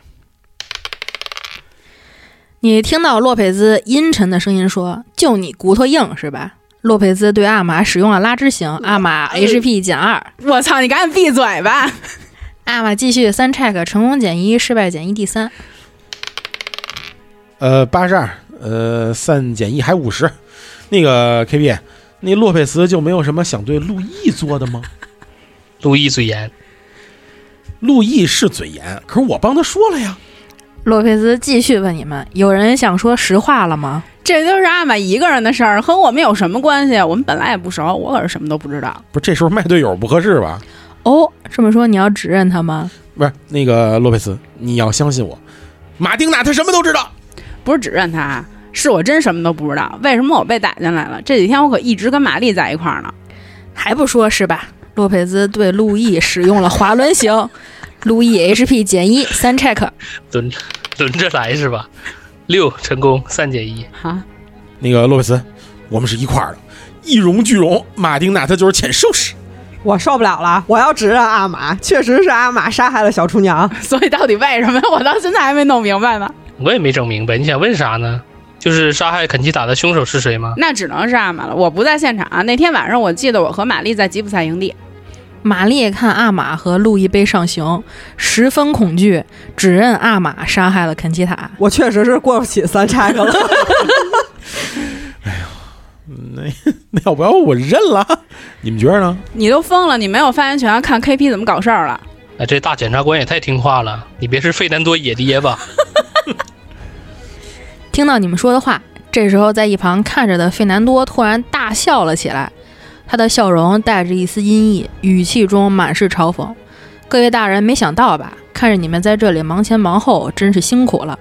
[SPEAKER 1] 你听到洛佩兹阴沉的声音说：“就你骨头硬是吧？”洛佩兹对阿玛使用了拉之刑，阿玛 HP 减二。
[SPEAKER 2] 哎我操！你赶紧闭嘴吧！
[SPEAKER 1] 阿玛继续三 check，成功减一，失败减一，第三。
[SPEAKER 5] 呃，八十二，呃，三减一还五十。那个 K B，那洛佩斯就没有什么想对路易做的吗？
[SPEAKER 4] 路易最严，
[SPEAKER 5] 路易是嘴严，可是我帮他说了呀。
[SPEAKER 1] 洛佩兹继续问你们：“有人想说实话了吗
[SPEAKER 2] 这都是阿玛一个人的事儿，和我们有什么关系？啊我们本来也不熟，我可是什么都不知道。
[SPEAKER 5] 不是这时候卖队友不合适吧？？”
[SPEAKER 1] 哦，这么说你要指认他吗？
[SPEAKER 5] 不是那个洛佩斯，你要相信我，马丁娜他什么都知道。
[SPEAKER 2] 不是指认他，是我真什么都不知道。为什么我被逮进来了？这几天我可一直跟玛丽在一块儿呢。
[SPEAKER 1] 还不说是吧？洛佩兹对路易使用了滑轮刑，路易 HP 减一，三 check。
[SPEAKER 4] 轮轮着来是吧？六成功，三减一。
[SPEAKER 2] 哈，
[SPEAKER 5] 那个洛佩斯，我们是一块儿的，一荣俱荣。马丁娜她就是浅收拾。
[SPEAKER 3] 我受不了了，我要指认阿玛，确实是阿玛杀害了小厨娘。
[SPEAKER 2] 所以到底为什么我到现在还没弄明白呢？
[SPEAKER 4] 我也没整明白，你想问啥呢？就是杀害肯基塔的凶手是谁吗？
[SPEAKER 2] 那只能是阿玛了。我不在现场啊。那天晚上我记得我和玛丽在吉普赛营地，
[SPEAKER 1] 玛丽看阿玛和路易被上刑，十分恐惧，指认阿玛杀害了肯基塔。
[SPEAKER 3] 我确实是过不起三叉个 了。
[SPEAKER 5] 嗯那那要不要我认了？你们觉得呢？
[SPEAKER 2] 你都疯了，你没有发言权，看 KP 怎么搞事儿了。
[SPEAKER 4] 啊，这大检察官也太听话了，你别是费南多野爹吧？
[SPEAKER 1] 听到你们说的话，这时候在一旁看着的费南多突然大笑了起来，他的笑容带着一丝阴翳，语气中满是嘲讽。各位大人，没想到吧？看着你们在这里忙前忙后，真是辛苦了。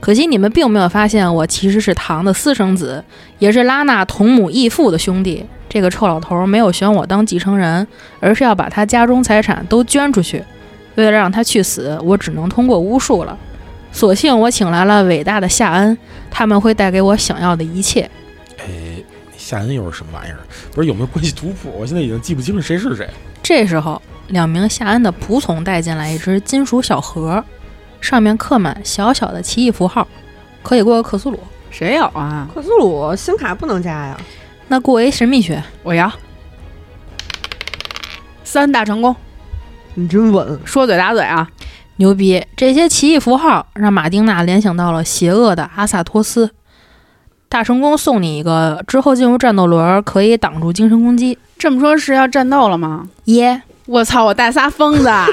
[SPEAKER 1] 可惜你们并没有发现，我其实是唐的私生子，也是拉纳同母异父的兄弟。这个臭老头没有选我当继承人，而是要把他家中财产都捐出去。为了让他去死，我只能通过巫术了。所幸我请来了伟大的夏恩，他们会带给我想要的一切。
[SPEAKER 5] 哎夏恩又是什么玩意儿？不是有没有关系图谱？我现在已经记不清是谁是谁。
[SPEAKER 1] 这时候，两名夏恩的仆从带进来一只金属小盒，上面刻满小小的奇异符号，可以过克苏鲁。
[SPEAKER 2] 谁有啊？
[SPEAKER 3] 克苏鲁新卡不能加呀，
[SPEAKER 1] 那过为神秘学，
[SPEAKER 2] 我摇。三大成功，
[SPEAKER 3] 你真稳。
[SPEAKER 2] 说嘴打嘴啊！
[SPEAKER 1] 牛逼！这些奇异符号让马丁娜联想到了邪恶的阿萨托斯。大成功送你一个，之后进入战斗轮儿可以挡住精神攻击。
[SPEAKER 2] 这么说是要战斗了吗？
[SPEAKER 1] 耶、
[SPEAKER 2] 我操！我带仨疯子，啊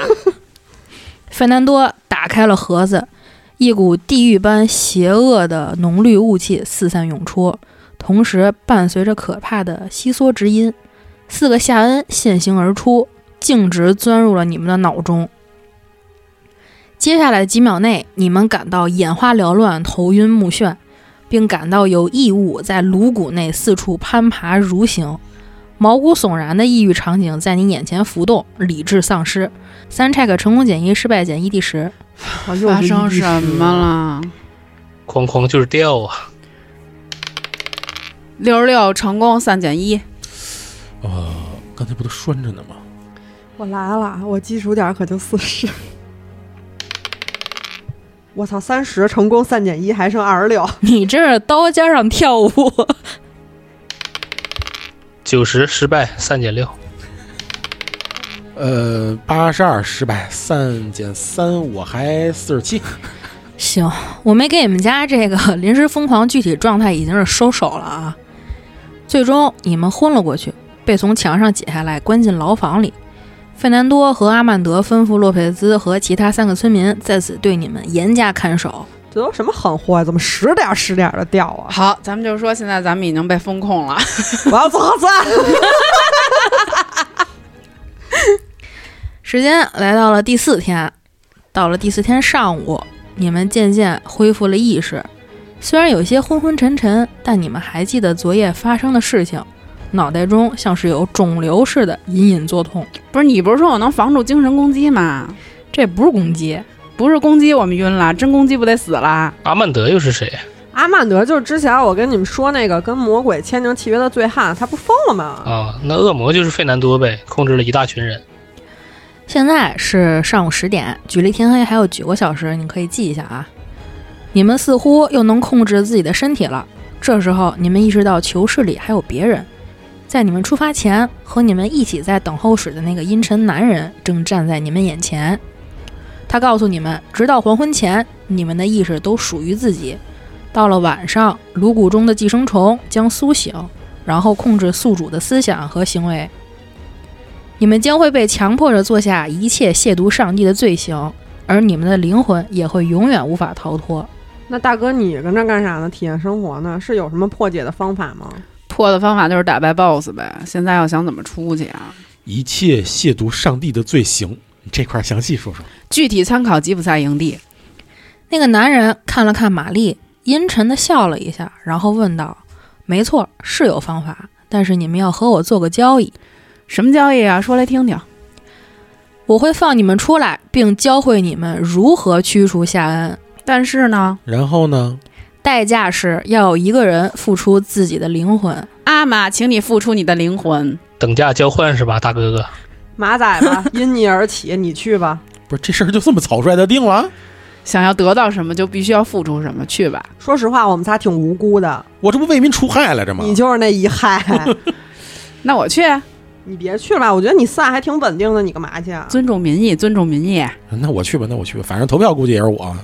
[SPEAKER 1] 费南多打开了盒子，一股地狱般邪恶的浓绿雾气四散涌出，同时伴随着可怕的悉嗦之音。四个夏恩现形而出，径直钻入了你们的脑中。接下来几秒内，你们感到眼花缭乱、头晕目眩，并感到有异物在颅骨内四处攀爬蠕行。毛骨悚然的异域场景在你眼前浮动，理智丧失。三 check 成功减一，失败减一，第十。
[SPEAKER 3] 啊 又
[SPEAKER 2] 发
[SPEAKER 3] 是
[SPEAKER 2] 生
[SPEAKER 3] 一
[SPEAKER 2] 什
[SPEAKER 3] 时
[SPEAKER 2] 么了？
[SPEAKER 4] 哐哐就是掉啊！
[SPEAKER 2] 六十六成功，三减一。
[SPEAKER 5] 呃，刚才不都拴着呢吗？
[SPEAKER 3] 我来了，我基础点儿可就四十。 我操，三十成功三减一，还剩二十六。
[SPEAKER 1] 你这是刀尖上跳舞。
[SPEAKER 4] 九十失败，三减六。
[SPEAKER 5] 呃，八十二失败，三减三，我还四十七。
[SPEAKER 1] 行，我没给你们家这个 临时疯狂具体状态已经是收手了啊。最终你们昏了过去，被从墙上解下来，关进牢房里。费南多和阿曼德吩咐洛佩兹和其他三个村民在此对你们严加看守。
[SPEAKER 3] 这都什么狠货呀？怎么十点儿十点儿的掉啊？
[SPEAKER 2] 好，咱们就说现在咱们已经被封控了，
[SPEAKER 3] 我要做核酸。
[SPEAKER 1] 时间来到了第四天，到了第四天上午，你们渐渐恢复了意识，虽然有些昏昏沉沉，但你们还记得昨夜发生的事情，脑袋中像是有肿瘤似的隐隐作痛。
[SPEAKER 2] 不是你不是说我能防住精神攻击吗？
[SPEAKER 1] 这不是攻击，
[SPEAKER 2] 不是攻击我们晕了，真攻击不得死了？
[SPEAKER 4] 阿曼德又是谁？
[SPEAKER 3] 阿曼德就是之前我跟你们说那个跟魔鬼签订契约的醉汉，他不疯了吗？
[SPEAKER 4] 啊，那恶魔就是费南多呗，控制了一大群人。
[SPEAKER 1] 现在是上午十点，距离天黑还有九个小时，你可以记一下啊。你们似乎又能控制自己的身体了。这时候，你们意识到囚室里还有别人，在你们出发前，和你们一起在等候室的那个阴沉男人正站在你们眼前。他告诉你们，直到黄昏前，你们的意识都属于自己。到了晚上，颅骨中的寄生虫将苏醒，然后控制宿主的思想和行为。你们将会被强迫着做下一切亵渎上帝的罪行，而你们的灵魂也会永远无法逃脱。
[SPEAKER 3] 那大哥，你跟这干啥呢？体验生活呢？是有什么破解的方法吗？
[SPEAKER 2] 破的方法就是打败 BOSS 呗。现在要想怎么出去啊？
[SPEAKER 5] 一切亵渎上帝的罪行，你这块儿详细说说。
[SPEAKER 2] 具体参考吉普赛营地。
[SPEAKER 1] 那个男人看了看玛丽，阴沉的笑了一下，然后问道：“没错，是有方法，但是你们要和我做个交易，
[SPEAKER 2] 什么交易啊？说来听听。
[SPEAKER 1] 我会放你们出来，并教会你们如何驱除夏恩。
[SPEAKER 2] 但是呢，
[SPEAKER 5] 然后呢？
[SPEAKER 1] 代价是要有一个人付出自己的灵魂。
[SPEAKER 2] 阿玛，请你付出你的灵魂。
[SPEAKER 4] 等价交换是吧，大哥哥？
[SPEAKER 3] 马仔吧，因你而起，你去吧。
[SPEAKER 5] 不是这事儿就这么草率的定了？
[SPEAKER 2] 想要得到什么，就必须要付出什么。去吧，
[SPEAKER 3] 说实话，我们仨挺无辜的，
[SPEAKER 5] 我这不为民除害来着吗？
[SPEAKER 3] 你就是那一害。
[SPEAKER 2] 那我去。 啊
[SPEAKER 3] 你别去了，我觉得你仨还挺稳定的，你干嘛去啊？
[SPEAKER 2] 尊重民意，尊重民意。
[SPEAKER 5] 那我去吧，那我去吧，反正投票估计也是我。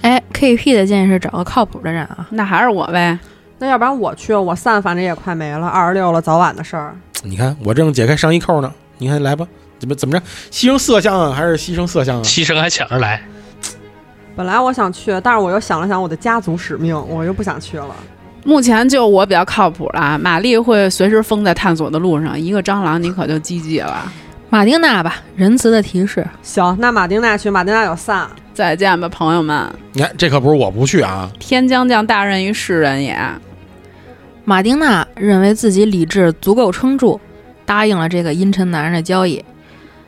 [SPEAKER 1] 哎，KP 的建议是找个靠谱的人啊。
[SPEAKER 2] 那还是我呗。
[SPEAKER 3] 那要不然我去，我散反正也快没了，二十六了，早晚的事儿。
[SPEAKER 5] 你看我正解开上衣扣呢，你看来吧，怎么怎么着？牺牲色相啊，还是牺牲色相啊？
[SPEAKER 4] 牺牲还抢着来，
[SPEAKER 3] 本来我想去，但是我又想了想我的家族使命，我又不想去了。
[SPEAKER 2] 目前就我比较靠谱了，玛丽会随时封在探索的路上，一个蟑螂你可就积极了。
[SPEAKER 1] 马丁娜吧，仁慈的提示。
[SPEAKER 3] 行，那马丁娜去，马丁娜有散。
[SPEAKER 2] 再见吧，朋友们！
[SPEAKER 5] 你看这可不是我不去啊，
[SPEAKER 2] 天将降大任于世人也。
[SPEAKER 1] 马丁娜认为自己理智足够撑住，答应了这个阴沉男人的交易。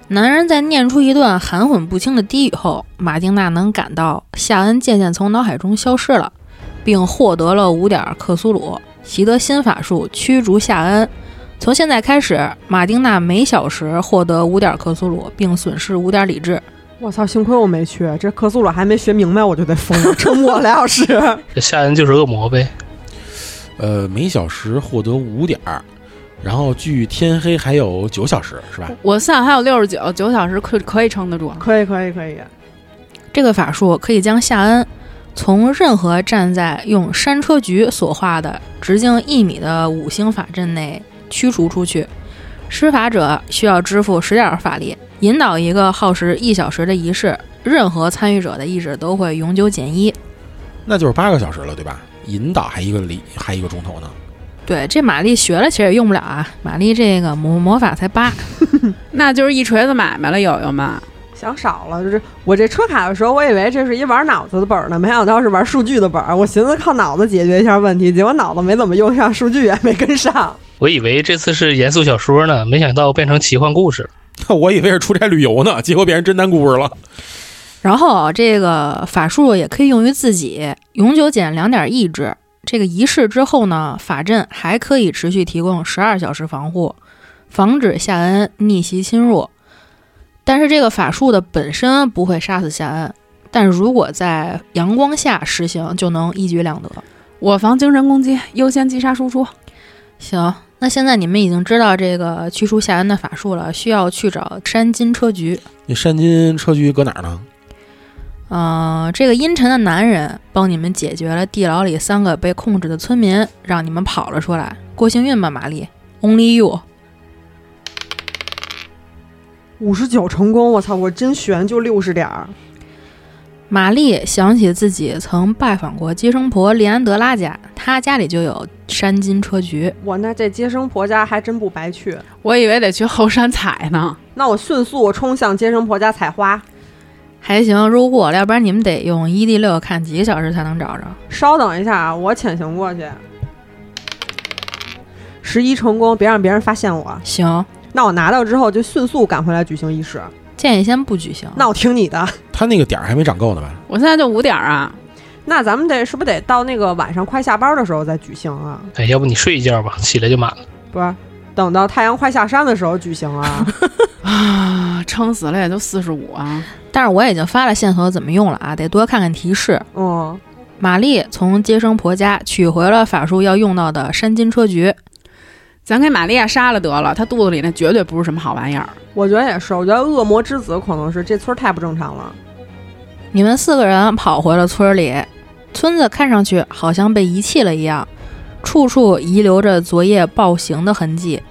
[SPEAKER 1] 男人在念出一段含混不清的低语后，马丁娜能感到夏恩渐渐从脑海中消失了，并获得了五点克苏鲁，习得新法术驱逐夏恩。从现在开始，马丁娜每小时获得五点克苏鲁，并损失五点理智。
[SPEAKER 3] 我操！幸亏我没去，这克苏鲁还没学明白，我就得疯了， 沉默俩小时。
[SPEAKER 4] 这夏恩就是恶魔呗。
[SPEAKER 5] 呃，每小时获得五点儿，然后距天黑还有九小时，是吧？
[SPEAKER 2] 我算还有六十九，九小时可可以撑得住。
[SPEAKER 3] 可以，可以，可以。
[SPEAKER 1] 这个法术可以将夏恩从任何站在用山车局所画的直径一米的五星法阵内驱除出去。施法者需要支付十点法力，引导一个耗时一小时的仪式。任何参与者的意志都会永久减一。
[SPEAKER 5] 那就是八个小时了，对吧？引导还一个里还一个钟头呢。
[SPEAKER 1] 对，这玛丽学了其实也用不了啊。玛丽这个魔魔法才八，
[SPEAKER 2] 那就是一锤子买卖了，友友们。
[SPEAKER 3] 想少了，就是我这车卡的时候，我以为这是一玩脑子的本儿呢，没想到是玩数据的本儿。我寻思靠脑子解决一下问题，结果脑子没怎么用上，数据也没跟上。
[SPEAKER 4] 我以为这次是严肃小说呢，没想到变成奇幻故事了。
[SPEAKER 5] 我以为是出差旅游呢， 结果变成侦探故事了。
[SPEAKER 1] 然后啊这个法术也可以用于自己，永久减两点意志。这个仪式之后呢，法阵还可以持续提供十二小时防护，防止夏恩逆袭侵入。但是这个法术的本身不会杀死夏恩，但如果在阳光下实行，就能一举两得。
[SPEAKER 2] 我防精神攻击，优先击杀输出。
[SPEAKER 1] 行，那现在你们已经知道这个驱除夏恩的法术了，需要去找山金车局。
[SPEAKER 5] 那山金车局搁哪儿呢？
[SPEAKER 1] 呃，这个阴沉的男人帮你们解决了地牢里三个被控制的村民，让你们跑了出来。过幸运吧，玛丽，Only you。
[SPEAKER 3] 五十九成功，我操，我真悬就六十点儿。
[SPEAKER 1] 玛丽想起自己曾拜访过接生婆利安德拉家，她家里就有山金车局。
[SPEAKER 3] 我那这接生婆家还真不白去。
[SPEAKER 2] 我以为得去后山采呢。
[SPEAKER 3] 那我迅速冲向接生婆家采花，
[SPEAKER 1] 还行，如果要不然你们得用一 d 六看几个小时才能找着。
[SPEAKER 3] 稍等一下啊，我潜行过去。十一成功，别让别人发现我。
[SPEAKER 1] 行，
[SPEAKER 3] 那我拿到之后就迅速赶回来举行仪式。
[SPEAKER 1] 建议先不举行。
[SPEAKER 3] 那我听你的。
[SPEAKER 5] 他那个点儿还没长够呢吧？
[SPEAKER 2] 我现在就五点儿啊，
[SPEAKER 3] 那咱们得是不是得到那个晚上快下班的时候再举行啊？
[SPEAKER 4] 哎，要不你睡一觉吧，起来就满了。
[SPEAKER 3] 不是，等到太阳快下山的时候举行啊？
[SPEAKER 2] 啊，撑死了也就四十五啊。
[SPEAKER 1] 但是我已经发了线索怎么用了啊，得多看看提示。
[SPEAKER 3] 嗯，
[SPEAKER 1] 玛丽从接生婆家取回了法术要用到的山金车局，
[SPEAKER 2] 咱给玛利亚杀了得了，她肚子里那绝对不是什么好玩意儿。
[SPEAKER 3] 我觉得也是。我觉得恶魔之子可能是这村儿太不正常了。
[SPEAKER 1] 你们四个人跑回了村里，村子看上去好像被遗弃了一样，处处遗留着昨夜暴行的痕迹。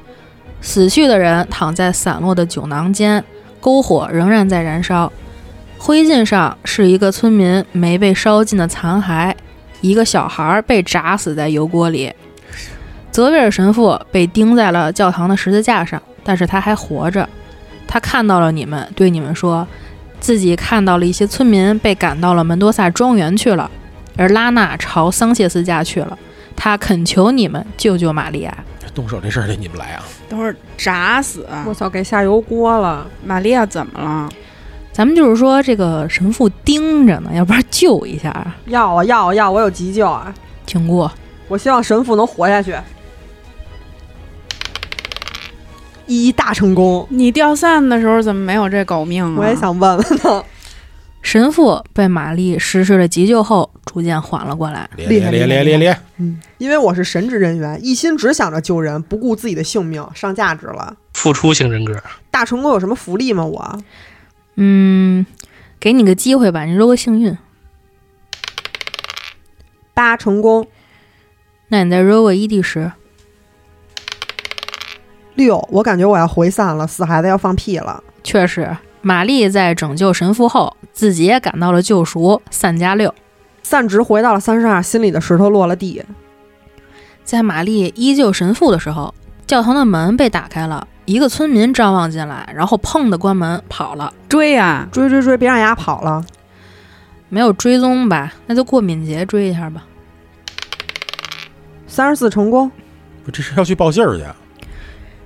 [SPEAKER 1] 死去的人躺在散落的酒囊间，篝火仍然在燃烧，灰烬上是一个村民没被烧尽的残骸，一个小孩被炸死在油锅里，泽维尔神父被钉在了教堂的十字架上，但是他还活着。他看到了你们，对你们说：“自己看到了一些村民被赶到了门多萨庄园去了，而拉娜朝桑切斯家去了。他恳求你们救救玛利亚。
[SPEAKER 5] 动手这事儿得你们来啊！
[SPEAKER 2] 都是炸死，啊
[SPEAKER 3] 我操，给下油锅了！
[SPEAKER 2] 玛利亚怎么了？
[SPEAKER 1] 咱们就是说，这个神父盯着呢，要不然救一下啊。
[SPEAKER 3] 要啊要啊要！我有急救啊！
[SPEAKER 1] 请过，
[SPEAKER 3] 我希望神父能活下去。一大成功，
[SPEAKER 2] 你掉散的时候怎么没有这狗命啊？
[SPEAKER 3] 我也，想问问呢。
[SPEAKER 1] 神父被玛丽实施了急救后，逐渐缓了过来。
[SPEAKER 5] 咧
[SPEAKER 3] 厉害
[SPEAKER 5] 咧
[SPEAKER 3] 厉害
[SPEAKER 5] 咧咧咧，
[SPEAKER 3] 因为我是神职人员，一心只想着救人，不顾自己的性命，上价值了。
[SPEAKER 4] 付出型人格，
[SPEAKER 3] 大成功有什么福利吗？我
[SPEAKER 1] 嗯，给你个机会吧，你揉个幸运，
[SPEAKER 3] 八成功
[SPEAKER 1] 那你再揉个一 d 十。
[SPEAKER 3] 六，我感觉我要回散了，死孩子要放屁了。
[SPEAKER 1] 确实，玛丽在拯救神父后，自己也感到了救赎，散加六。
[SPEAKER 3] 散值回到了三十二，心里的石头落了地。
[SPEAKER 1] 在玛丽依旧神父的时候，教堂的门被打开了，一个村民张望进来，然后砰的关门跑了，
[SPEAKER 2] 追啊呀、
[SPEAKER 3] 追追追，别让丫跑了。
[SPEAKER 1] 没有追踪吧？那就过敏捷追一下吧。
[SPEAKER 3] 三十四成功，
[SPEAKER 5] 不这是要去报信儿去啊？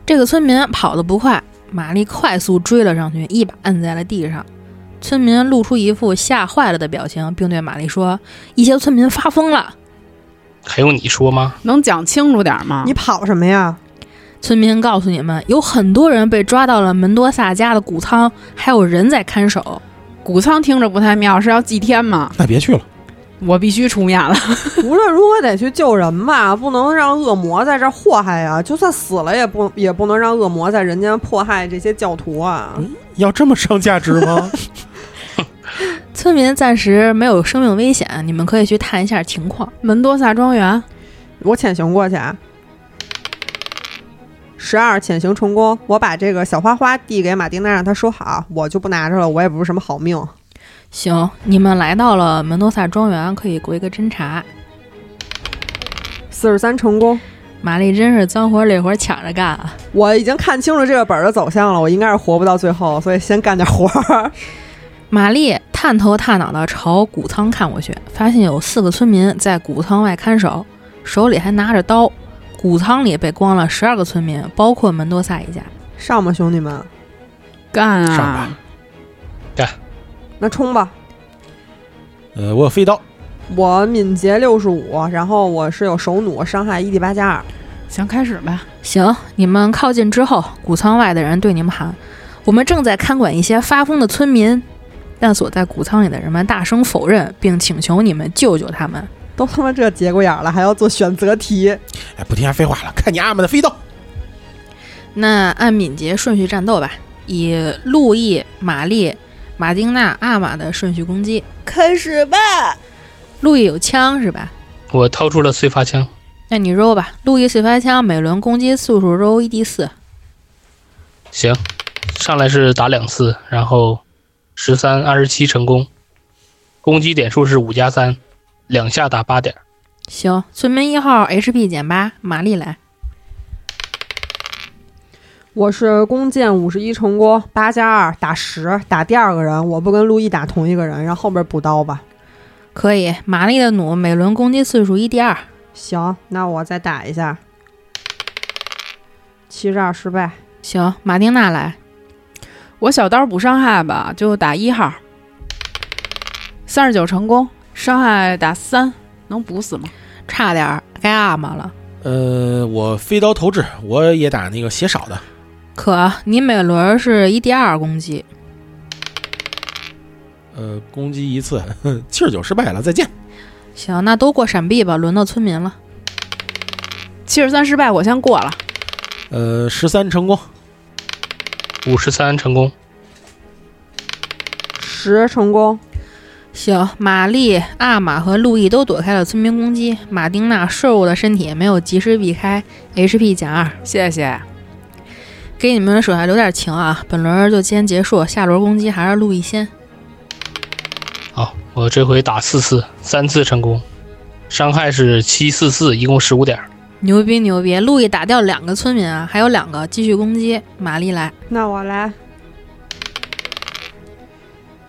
[SPEAKER 1] 这个村民跑得不快，玛丽快速追了上去，一把摁在了地上。村民露出一副吓坏了的表情，并对玛丽说：“一些村民发疯了。
[SPEAKER 4] 还用你说吗？
[SPEAKER 2] 能讲清楚点吗？
[SPEAKER 3] 你跑什么呀？”
[SPEAKER 1] 村民告诉你们，有很多人被抓到了门多萨家的谷仓，还有人在看守。
[SPEAKER 2] 谷仓听着不太妙，是要祭天吗？
[SPEAKER 5] 那别去了，
[SPEAKER 2] 我必须出面 了。
[SPEAKER 3] 无论如何得去救人吧，不能让恶魔在这儿祸害呀、就算死了也不也不能让恶魔在人间迫害这些教徒啊。
[SPEAKER 5] 要这么上价值吗？
[SPEAKER 1] 村民暂时没有生命危险，你们可以去探一下情况。
[SPEAKER 2] 门多萨庄园，
[SPEAKER 3] 我潜行过去啊。十二潜行成功，我把这个小花花递给马丁娜，让她收好，我就不拿着了，我也不是什么好命。
[SPEAKER 1] 行，你们来到了门多萨庄园，可以过一个侦查。
[SPEAKER 3] 四十三成功，
[SPEAKER 1] 玛丽真是脏活累活抢着干啊！
[SPEAKER 3] 我已经看清楚这个本儿的走向了，我应该是活不到最后，所以先干点活儿。
[SPEAKER 1] 玛丽探头探脑的朝谷仓看过去，发现有四个村民在谷仓外看守，手里还拿着刀。谷仓里被关了十二个村民，包括门多萨一家。
[SPEAKER 3] 上吧，兄弟们，
[SPEAKER 2] 干
[SPEAKER 5] 上
[SPEAKER 2] 啊！
[SPEAKER 5] 吧。
[SPEAKER 3] 那冲吧！
[SPEAKER 5] 呃，我有飞刀，
[SPEAKER 3] 我敏捷六十五，然后我是有手弩，伤害一 d 八加二。
[SPEAKER 2] 行，开始吧。
[SPEAKER 1] 行，你们靠近之后，谷仓外的人对你们喊：“我们正在看管一些发疯的村民。”但所在谷仓里的人们大声否认，并请求你们救救他们。
[SPEAKER 3] 都他妈这节骨眼儿了，还要做选择题，
[SPEAKER 5] 哎，不听他废话了，看你阿玛的飞刀，
[SPEAKER 1] 那按敏捷顺序战斗吧，以路易、玛丽、马丁娜、阿玛的顺序攻击。
[SPEAKER 6] 开始吧！
[SPEAKER 1] 路易有枪是吧？
[SPEAKER 4] 我掏出了碎发枪，
[SPEAKER 1] 那你揉吧。路易碎发枪每轮攻击次数揉一 d 四，
[SPEAKER 4] 行，上来是打两次，然后十三二十七成功，攻击点数是五加三，两下打八点，
[SPEAKER 1] 行，村民一号 HP 减八，玛丽来。
[SPEAKER 3] 我是弓箭五十一重锅，八加二打十，打第二个人，我不跟路易打同一个人，然后后边补刀吧。
[SPEAKER 1] 可以，玛丽的弩每轮攻击次数一 d 二，
[SPEAKER 3] 行，那我再打一下，七十二失败。
[SPEAKER 1] 行，马丁娜来。
[SPEAKER 2] 我小刀补伤害吧，就打一号，三十九成功，伤害打三，能补死吗？
[SPEAKER 1] 差点儿该阿玛了。
[SPEAKER 5] 呃，我飞刀投掷，我也打那个血少的，
[SPEAKER 1] 可你每轮是一 d 二攻击，
[SPEAKER 5] 呃，攻击一次， 七十九失败了，再见。
[SPEAKER 1] 行，那都过闪避吧，轮到村民了。
[SPEAKER 2] 七十三失败，我先过了。
[SPEAKER 5] 呃，十三成功，
[SPEAKER 4] 五十三成功，
[SPEAKER 3] 十成功，
[SPEAKER 1] 行，玛丽、阿玛和路易都躲开了村民攻击，马丁娜瘦弱的身体没有及时避开，HP 减二。
[SPEAKER 2] 谢谢。
[SPEAKER 1] 给你们手下留点情啊，本轮就先结束，下轮攻击还是路易先。
[SPEAKER 4] 好，我这回打四次，三次成功，伤害是七四四，一共十五点，
[SPEAKER 1] 牛逼牛逼！路易打掉两个村民啊，还有两个继续攻击。玛丽来，
[SPEAKER 3] 那我来。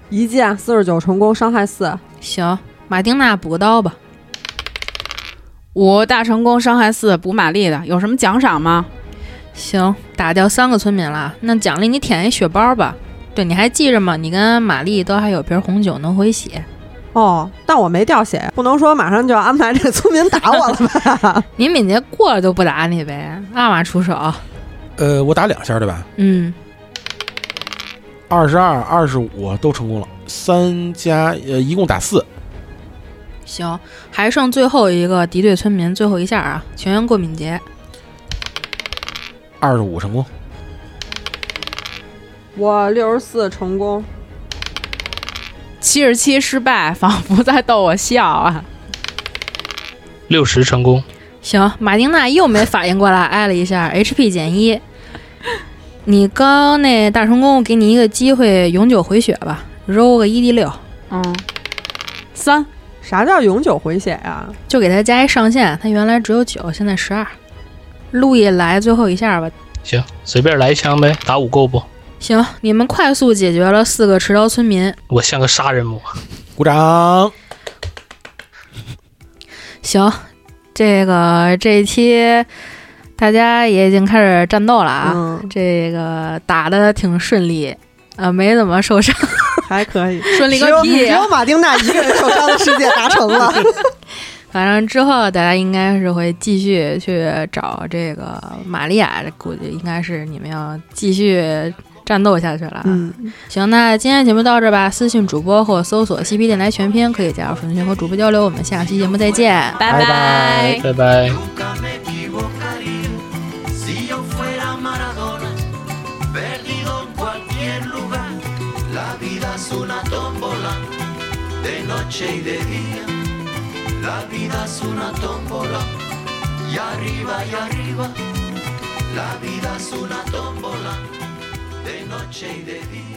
[SPEAKER 3] 一箭四十九成功，伤害四。
[SPEAKER 1] 行，马丁娜补个刀吧。
[SPEAKER 2] 五大成功，伤害四，补玛丽的，有什么奖赏吗？
[SPEAKER 1] 行，打掉三个村民了，那奖励你舔一血包吧。对，你还记着吗？你跟玛丽都还有瓶红酒能回血。
[SPEAKER 3] 哦，但我没掉血，不能说马上就要安排这个村民打我了吧？
[SPEAKER 1] 你敏捷过了就不打你呗，阿玛出手。
[SPEAKER 5] 呃，我打两下对吧？
[SPEAKER 1] 嗯，
[SPEAKER 5] 二十二、二十五都成功了，三加呃一共打四，
[SPEAKER 1] 行，还剩最后一个敌对村民，最后一下啊，全员过敏捷。
[SPEAKER 5] 二十五成功，
[SPEAKER 3] 我六十四成功，
[SPEAKER 2] 七十七失败，仿佛在逗我笑啊！
[SPEAKER 4] 六十成功，
[SPEAKER 1] 行，马丁娜又没反应过来，挨了一下，HP 减一。你刚那大成功，给你一个机会永久回血吧，揉个一 d 六，
[SPEAKER 2] 嗯，三
[SPEAKER 3] 啥叫永久回血呀、
[SPEAKER 1] 就给他加一上限，他原来只有九，现在十二。路易来最后一下吧，
[SPEAKER 4] 行，随便来一枪呗，打五够不？
[SPEAKER 1] 行，你们快速解决了四个持刀村民，
[SPEAKER 4] 我像个杀人魔，
[SPEAKER 5] 鼓掌。
[SPEAKER 1] 行，这个这一期大家也已经开始战斗了啊，
[SPEAKER 3] 嗯，
[SPEAKER 1] 这个打的挺顺利，啊，没怎么受伤，
[SPEAKER 3] 还可以。
[SPEAKER 1] 顺利
[SPEAKER 3] 只
[SPEAKER 1] 个
[SPEAKER 3] 有
[SPEAKER 1] 屁
[SPEAKER 3] 只！有马丁娜一个人受伤的世界达成了。
[SPEAKER 1] 反正之后大家应该是会继续去找这个玛利亚，估计应该是你们要继续战斗下去了啊。
[SPEAKER 3] 嗯，
[SPEAKER 1] 行，那今天节目到这儿吧。私信主播或搜索 “CP 电台全拼”，可以加入粉丝群和主播交流。我们下期节目再见。
[SPEAKER 5] 拜拜
[SPEAKER 2] 拜
[SPEAKER 4] 拜拜。
[SPEAKER 7] Nunca me equivocaría si yo fuera Maradona, perdido en cualquier lugar. La vida es una tómbola, de noche y de día. La vida es una tómbola, y arriba y arriba. La vida es una tómbola, de noche y de día.